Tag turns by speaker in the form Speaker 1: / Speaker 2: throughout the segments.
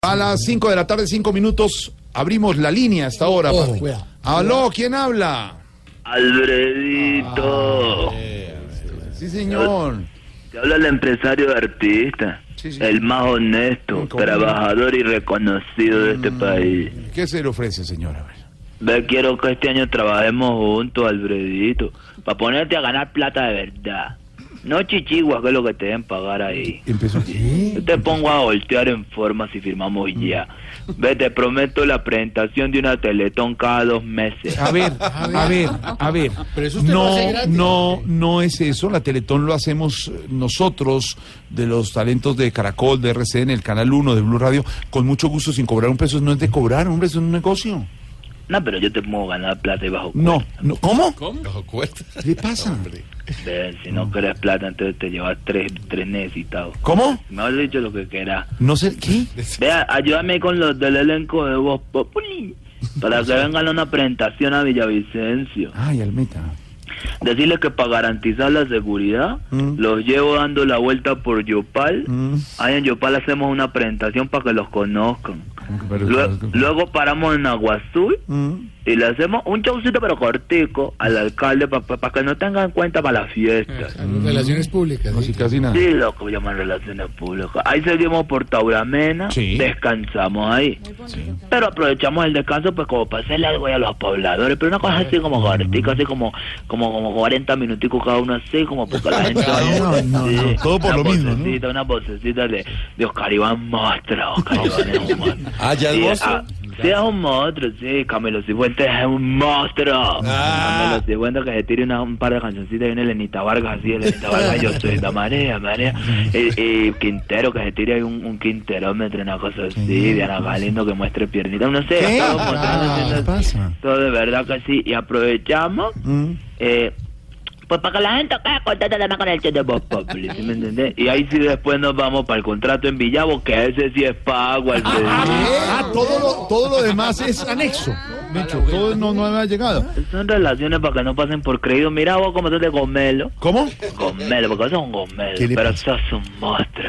Speaker 1: A las 5 de la tarde, 5 minutos, abrimos la línea hasta ahora.
Speaker 2: Oh,
Speaker 1: papi.
Speaker 2: cuidado.
Speaker 1: Aló, ¿quién habla?
Speaker 3: Alfredito,
Speaker 1: Ah. Sí, señor.
Speaker 3: te habla el empresario artista,
Speaker 1: Sí, sí.
Speaker 3: el más honesto,
Speaker 1: Nunca
Speaker 3: trabajador y reconocido de este país.
Speaker 1: ¿Qué se le ofrece, señor? A ver.
Speaker 3: Ve, quiero que este año trabajemos juntos, Alfredito, para ponerte a ganar plata de verdad. No chichiguas, que es lo que te deben pagar ahí.
Speaker 1: Empezó.
Speaker 3: Yo te pongo a voltear en forma si firmamos ya. Ve, te prometo la presentación de una teletón cada dos meses.
Speaker 1: Ah.
Speaker 4: A ver, a ver, a ver.
Speaker 2: Pero eso usted lo
Speaker 4: No,
Speaker 2: hace gratis.
Speaker 4: no, no es eso. La Teletón lo hacemos nosotros, de los talentos de Caracol, de RCN, el Canal 1, de Blue Radio, con mucho gusto, sin cobrar un peso. No es de cobrar, hombre, eso es un negocio.
Speaker 3: No, pero yo te pongo a ganar plata y bajo
Speaker 4: No, no. ¿cómo?
Speaker 2: Bajo cuerda.
Speaker 4: ¿Qué le pasa?
Speaker 3: Ve, si no querés plata, entonces te llevas tres, tres necesitados.
Speaker 4: ¿Cómo?
Speaker 3: Me has dicho lo que quieras.
Speaker 4: No sé, ¿qué?
Speaker 3: Vea, ayúdame con los del elenco de Voz Populi. Para que vengan a una presentación a Villavicencio.
Speaker 4: Ay, Almeta.
Speaker 3: Decirles que para garantizar la seguridad,
Speaker 4: Mm.
Speaker 3: los llevo dando la vuelta por Yopal.
Speaker 4: Mm.
Speaker 3: Ahí en Yopal hacemos una presentación para que los conozcan.
Speaker 4: Pero-
Speaker 3: Lue- luego paramos en Aguazul
Speaker 4: Mm.
Speaker 3: y le hacemos un showcito pero cortico al alcalde para que no tengan en cuenta para las fiestas.
Speaker 2: Relaciones públicas.
Speaker 4: No,
Speaker 2: ¿sí?
Speaker 4: sí, casi nada.
Speaker 3: Sí, lo que llaman relaciones públicas. Ahí seguimos por Tauramena,
Speaker 4: Sí.
Speaker 3: descansamos ahí. Pero aprovechamos el descanso pues como para hacerle algo ahí a los pobladores, pero una cosa así como cortica, así como, como, como 40 minuticos cada uno así, como porque la gente...
Speaker 4: No, no, no,
Speaker 3: Sí,
Speaker 4: todo por
Speaker 3: una
Speaker 4: lo mismo, ¿no?
Speaker 3: vocecita, Una vocecita de, de Oscar Iván Mostra, Oscar Iván es un monstruo.
Speaker 2: Ah, ya es
Speaker 3: Sí,
Speaker 2: monstruo.
Speaker 3: ah, sí, es un monstruo, sí, Camilo Cifuentes es un monstruo.
Speaker 4: Ah.
Speaker 3: Camilo Cifuentes que se tire una- un par de cancioncitas y una Elenita Vargas, así, Elenita Vargas, yo soy la marea, marea. Y, y Quintero que se tire ahí un, un quinterómetro, una cosa así, Diana Galindo que muestre piernita, no sé,
Speaker 4: ¿Qué?
Speaker 3: estamos mostrando
Speaker 4: Ah,
Speaker 3: haciendo
Speaker 4: ¿qué pasa?
Speaker 3: todo de verdad que sí, y aprovechamos.
Speaker 4: Mm.
Speaker 3: Eh, pues para que la gente quede contenta también con el show de Voz Populi, ¿sí me entendés? Y ahí sí después nos vamos para el contrato en Villavo, que ese sí es pago, Alfredito.
Speaker 1: Ah, todo lo, todo lo demás es anexo. De hecho, todo no, no había llegado.
Speaker 3: Son relaciones para que no pasen por creído. Mira vos cómo tú te gomelo.
Speaker 1: ¿Cómo?
Speaker 3: Gomelo, porque sos un gomelo,
Speaker 1: ¿Qué le
Speaker 3: pero
Speaker 1: pasa?
Speaker 3: sos un monstruo.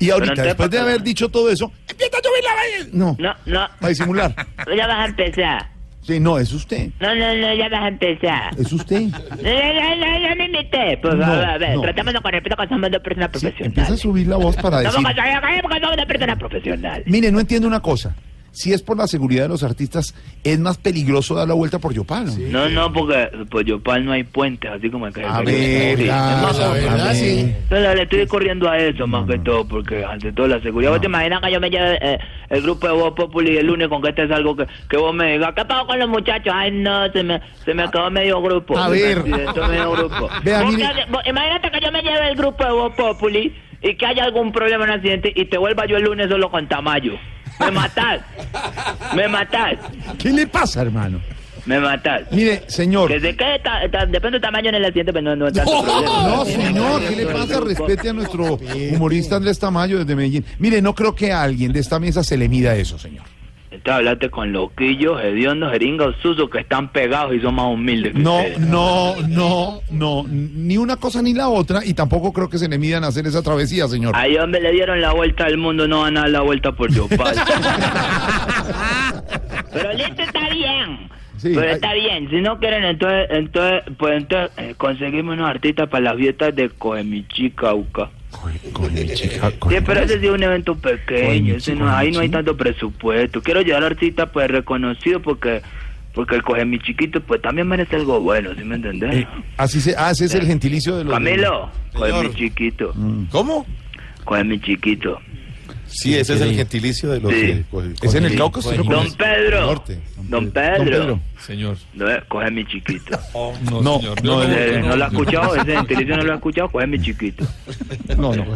Speaker 1: Y ahorita,
Speaker 3: Pero
Speaker 1: después de
Speaker 3: entonces-
Speaker 1: haber dicho todo eso, empieza a llover la valle. No,
Speaker 3: No, no,
Speaker 1: para disimular.
Speaker 3: ya vas a empezar.
Speaker 1: Sí, no, es usted.
Speaker 3: No, no, no, ya vas a empezar.
Speaker 1: Es usted.
Speaker 3: No, no, no, no me imites. Por
Speaker 1: No,
Speaker 3: favor, a ver,
Speaker 1: no.
Speaker 3: tratémonos con respeto que somos dos personas
Speaker 1: Sí, empieza a
Speaker 3: profesionales.
Speaker 1: subir la voz para
Speaker 3: Somos
Speaker 1: decir.
Speaker 3: porque somos dos personas profesionales.
Speaker 1: Mire, no entiendo una cosa. Si es por la seguridad de los artistas, es más peligroso dar la vuelta por Yopal. ¿no?
Speaker 3: No, no, porque pues, por Yopal no hay puentes, así como el que...
Speaker 1: A
Speaker 3: el que-
Speaker 1: ver,
Speaker 3: sí.
Speaker 1: Ah, claro, Mm.
Speaker 3: Es más,
Speaker 2: la
Speaker 1: a
Speaker 2: verdad,
Speaker 1: ver.
Speaker 2: sí.
Speaker 3: pero le estoy corriendo a eso más que todo, porque ante todo la seguridad. ¿Vos te imaginas que yo me lleve eh, el grupo de Voz Populi el lunes con que este es algo que, que vos me digas, ¿qué pasó con los muchachos? Ay, no, se me, se me acabó medio grupo.
Speaker 1: A
Speaker 3: Se
Speaker 1: ver.
Speaker 3: Me accidentó medio grupo.
Speaker 1: Vea,
Speaker 3: Vos
Speaker 1: mire.
Speaker 3: que- vos- imagínate que yo me lleve el grupo de Voz Populi y que haya algún problema en un accidente y te vuelva yo el lunes solo con Tamayo. Me matás. me matás.
Speaker 1: ¿Qué le pasa, hermano?
Speaker 3: Me matás.
Speaker 1: Mire, señor.
Speaker 3: Que se quede, ta- ta- depende del tamaño en el asiento, pero no, no es tanto problema.
Speaker 1: No, señor, ¿qué le pasa? Respete a nuestro humorista Andrés Tamayo desde Medellín. Mire, no creo que a alguien de esta mesa se le mida eso, señor.
Speaker 3: Está hablaste con loquillos, hediondos, jeringas, susos que están pegados y son más humildes. que
Speaker 1: No,
Speaker 3: ustedes.
Speaker 1: no, no, no. Ni una cosa ni la otra. Y tampoco creo que se le midan a hacer esa travesía, señor.
Speaker 3: Ahí donde le dieron la vuelta al mundo no van a dar la vuelta por Yopal. Pero listo, está bien.
Speaker 1: Sí,
Speaker 3: Pero
Speaker 1: hay-
Speaker 3: está bien. Si no quieren, entonces, entonces, pues entonces eh, conseguimos unos artistas para las fiestas de Coemichi, Cauca.
Speaker 4: Con mi chica, con
Speaker 3: Sí,
Speaker 4: mi-
Speaker 3: pero ese sí es un evento pequeño, ese no- ahí no hay
Speaker 4: Coemichi.
Speaker 3: tanto presupuesto. Quiero llevar artistas pues reconocidos porque porque el coge mi chiquito pues también merece algo bueno, ¿sí me entendés?
Speaker 1: Eh, así se, ah, ese es el gentilicio de los.
Speaker 3: Camilo, coge
Speaker 2: Señor.
Speaker 3: mi chiquito,
Speaker 2: ¿Cómo?
Speaker 3: coge mi chiquito.
Speaker 2: Sí, ese es el gentilicio de los.
Speaker 3: Sí. pues,
Speaker 2: que coge-
Speaker 4: ¿Es en el
Speaker 2: coge-
Speaker 4: Cauca, señor?
Speaker 2: coge-
Speaker 3: Don Pedro,
Speaker 2: Norte.
Speaker 3: don Pedro,
Speaker 5: Señor.
Speaker 3: no, coge mi chiquito.
Speaker 5: No,
Speaker 4: No,
Speaker 5: señor.
Speaker 4: no,
Speaker 3: Eh, ¿No lo ha escuchado? Ese gentilicio no lo ha escuchado, coge mi chiquito. Eh,
Speaker 4: No, no.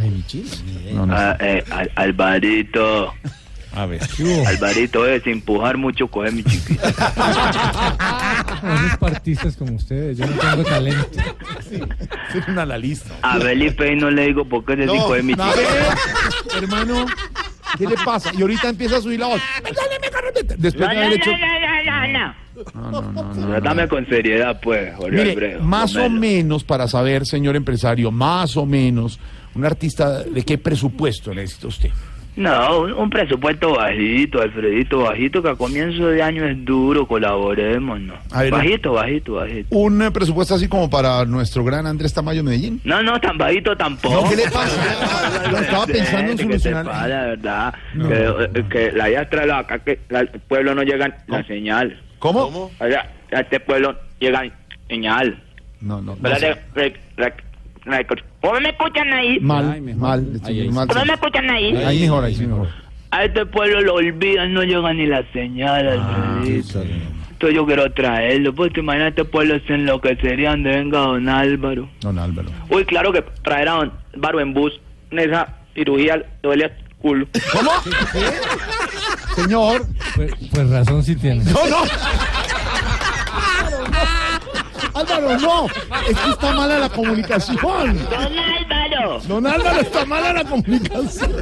Speaker 4: No, no.
Speaker 3: Ah, eh, Al- Alvarito,
Speaker 4: A ver.
Speaker 3: Alvarito, eh, sin empujar mucho, coge mi chiquito.
Speaker 6: Buenos partistas como ustedes, yo no tengo talento.
Speaker 3: A Felipe no le digo porque ese sí coge mi
Speaker 1: a
Speaker 3: chiquito.
Speaker 1: ver, hermano, ¿qué le pasa? Y ahorita empieza a subir la voz. Después de
Speaker 3: No, no,
Speaker 1: haber hecho.
Speaker 3: no, no, no, no. Trátame con seriedad, pues, Jorge
Speaker 1: Mire,
Speaker 3: Alfredo.
Speaker 1: más o
Speaker 3: Gomelo.
Speaker 1: menos para saber, señor empresario, más o menos, un artista de qué presupuesto necesita usted.
Speaker 3: No, un, un presupuesto bajito, Alfredito, bajito, que a comienzo de año es duro, colaboremos, ¿no?
Speaker 1: A ver, eh.
Speaker 3: bajito, bajito, bajito.
Speaker 1: Un eh, presupuesto así como para nuestro gran Andrés Tamayo de Medellín.
Speaker 3: No, no, tan bajito tampoco.
Speaker 1: No, ¿qué le pasa?
Speaker 3: No, no, no,
Speaker 1: Estaba
Speaker 3: no,
Speaker 1: pensando en
Speaker 3: ¿qué te
Speaker 1: solucionar-
Speaker 3: pasa, la verdad, que, eh, que la diastra, la- acá que la- el pueblo no llega la señal.
Speaker 1: ¿Cómo?
Speaker 3: Allá, a este pueblo llega señal.
Speaker 1: No, no. no
Speaker 3: Pero
Speaker 1: sé.
Speaker 3: re- re- re- re- ¿Cómo me escuchan ahí?
Speaker 1: Mal,
Speaker 5: Ay, mejor.
Speaker 1: mal. le estoy-
Speaker 5: Ahí, ahí.
Speaker 1: mal.
Speaker 3: ¿Cómo me escuchan ahí?
Speaker 1: Ahí mejor, ahí sí mejor.
Speaker 3: A este pueblo lo olvidan, no llega ni la señal,
Speaker 1: Ah,
Speaker 5: Ah,
Speaker 3: Alfredito. Entonces yo quiero traerlo, pues te imaginas este pueblo se enloquecería donde venga don Álvaro.
Speaker 1: Don Álvaro.
Speaker 3: Uy, claro que traer a don Álvaro en bus, en esa cirugía le duele el culo.
Speaker 1: Señor.
Speaker 6: Pues, pues razón sí tiene.
Speaker 1: No, no. Álvaro, no. Es que está mala la comunicación.
Speaker 3: ¡Don Álvaro!
Speaker 1: Don Álvaro, está mala la comunicación.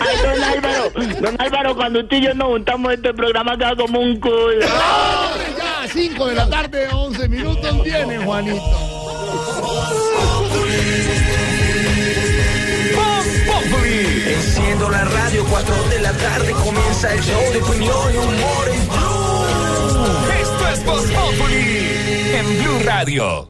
Speaker 3: ¡Ay, don Álvaro! Don Álvaro, cuando usted y yo nos juntamos este programa queda como un culo.
Speaker 1: Ya, 5 de la tarde, 11 minutos viene, Juanito.
Speaker 7: Enciendo la radio, 4 de la tarde comienza el show de opinión y humor en Blue. Esto es Voz Populi en Blue Radio.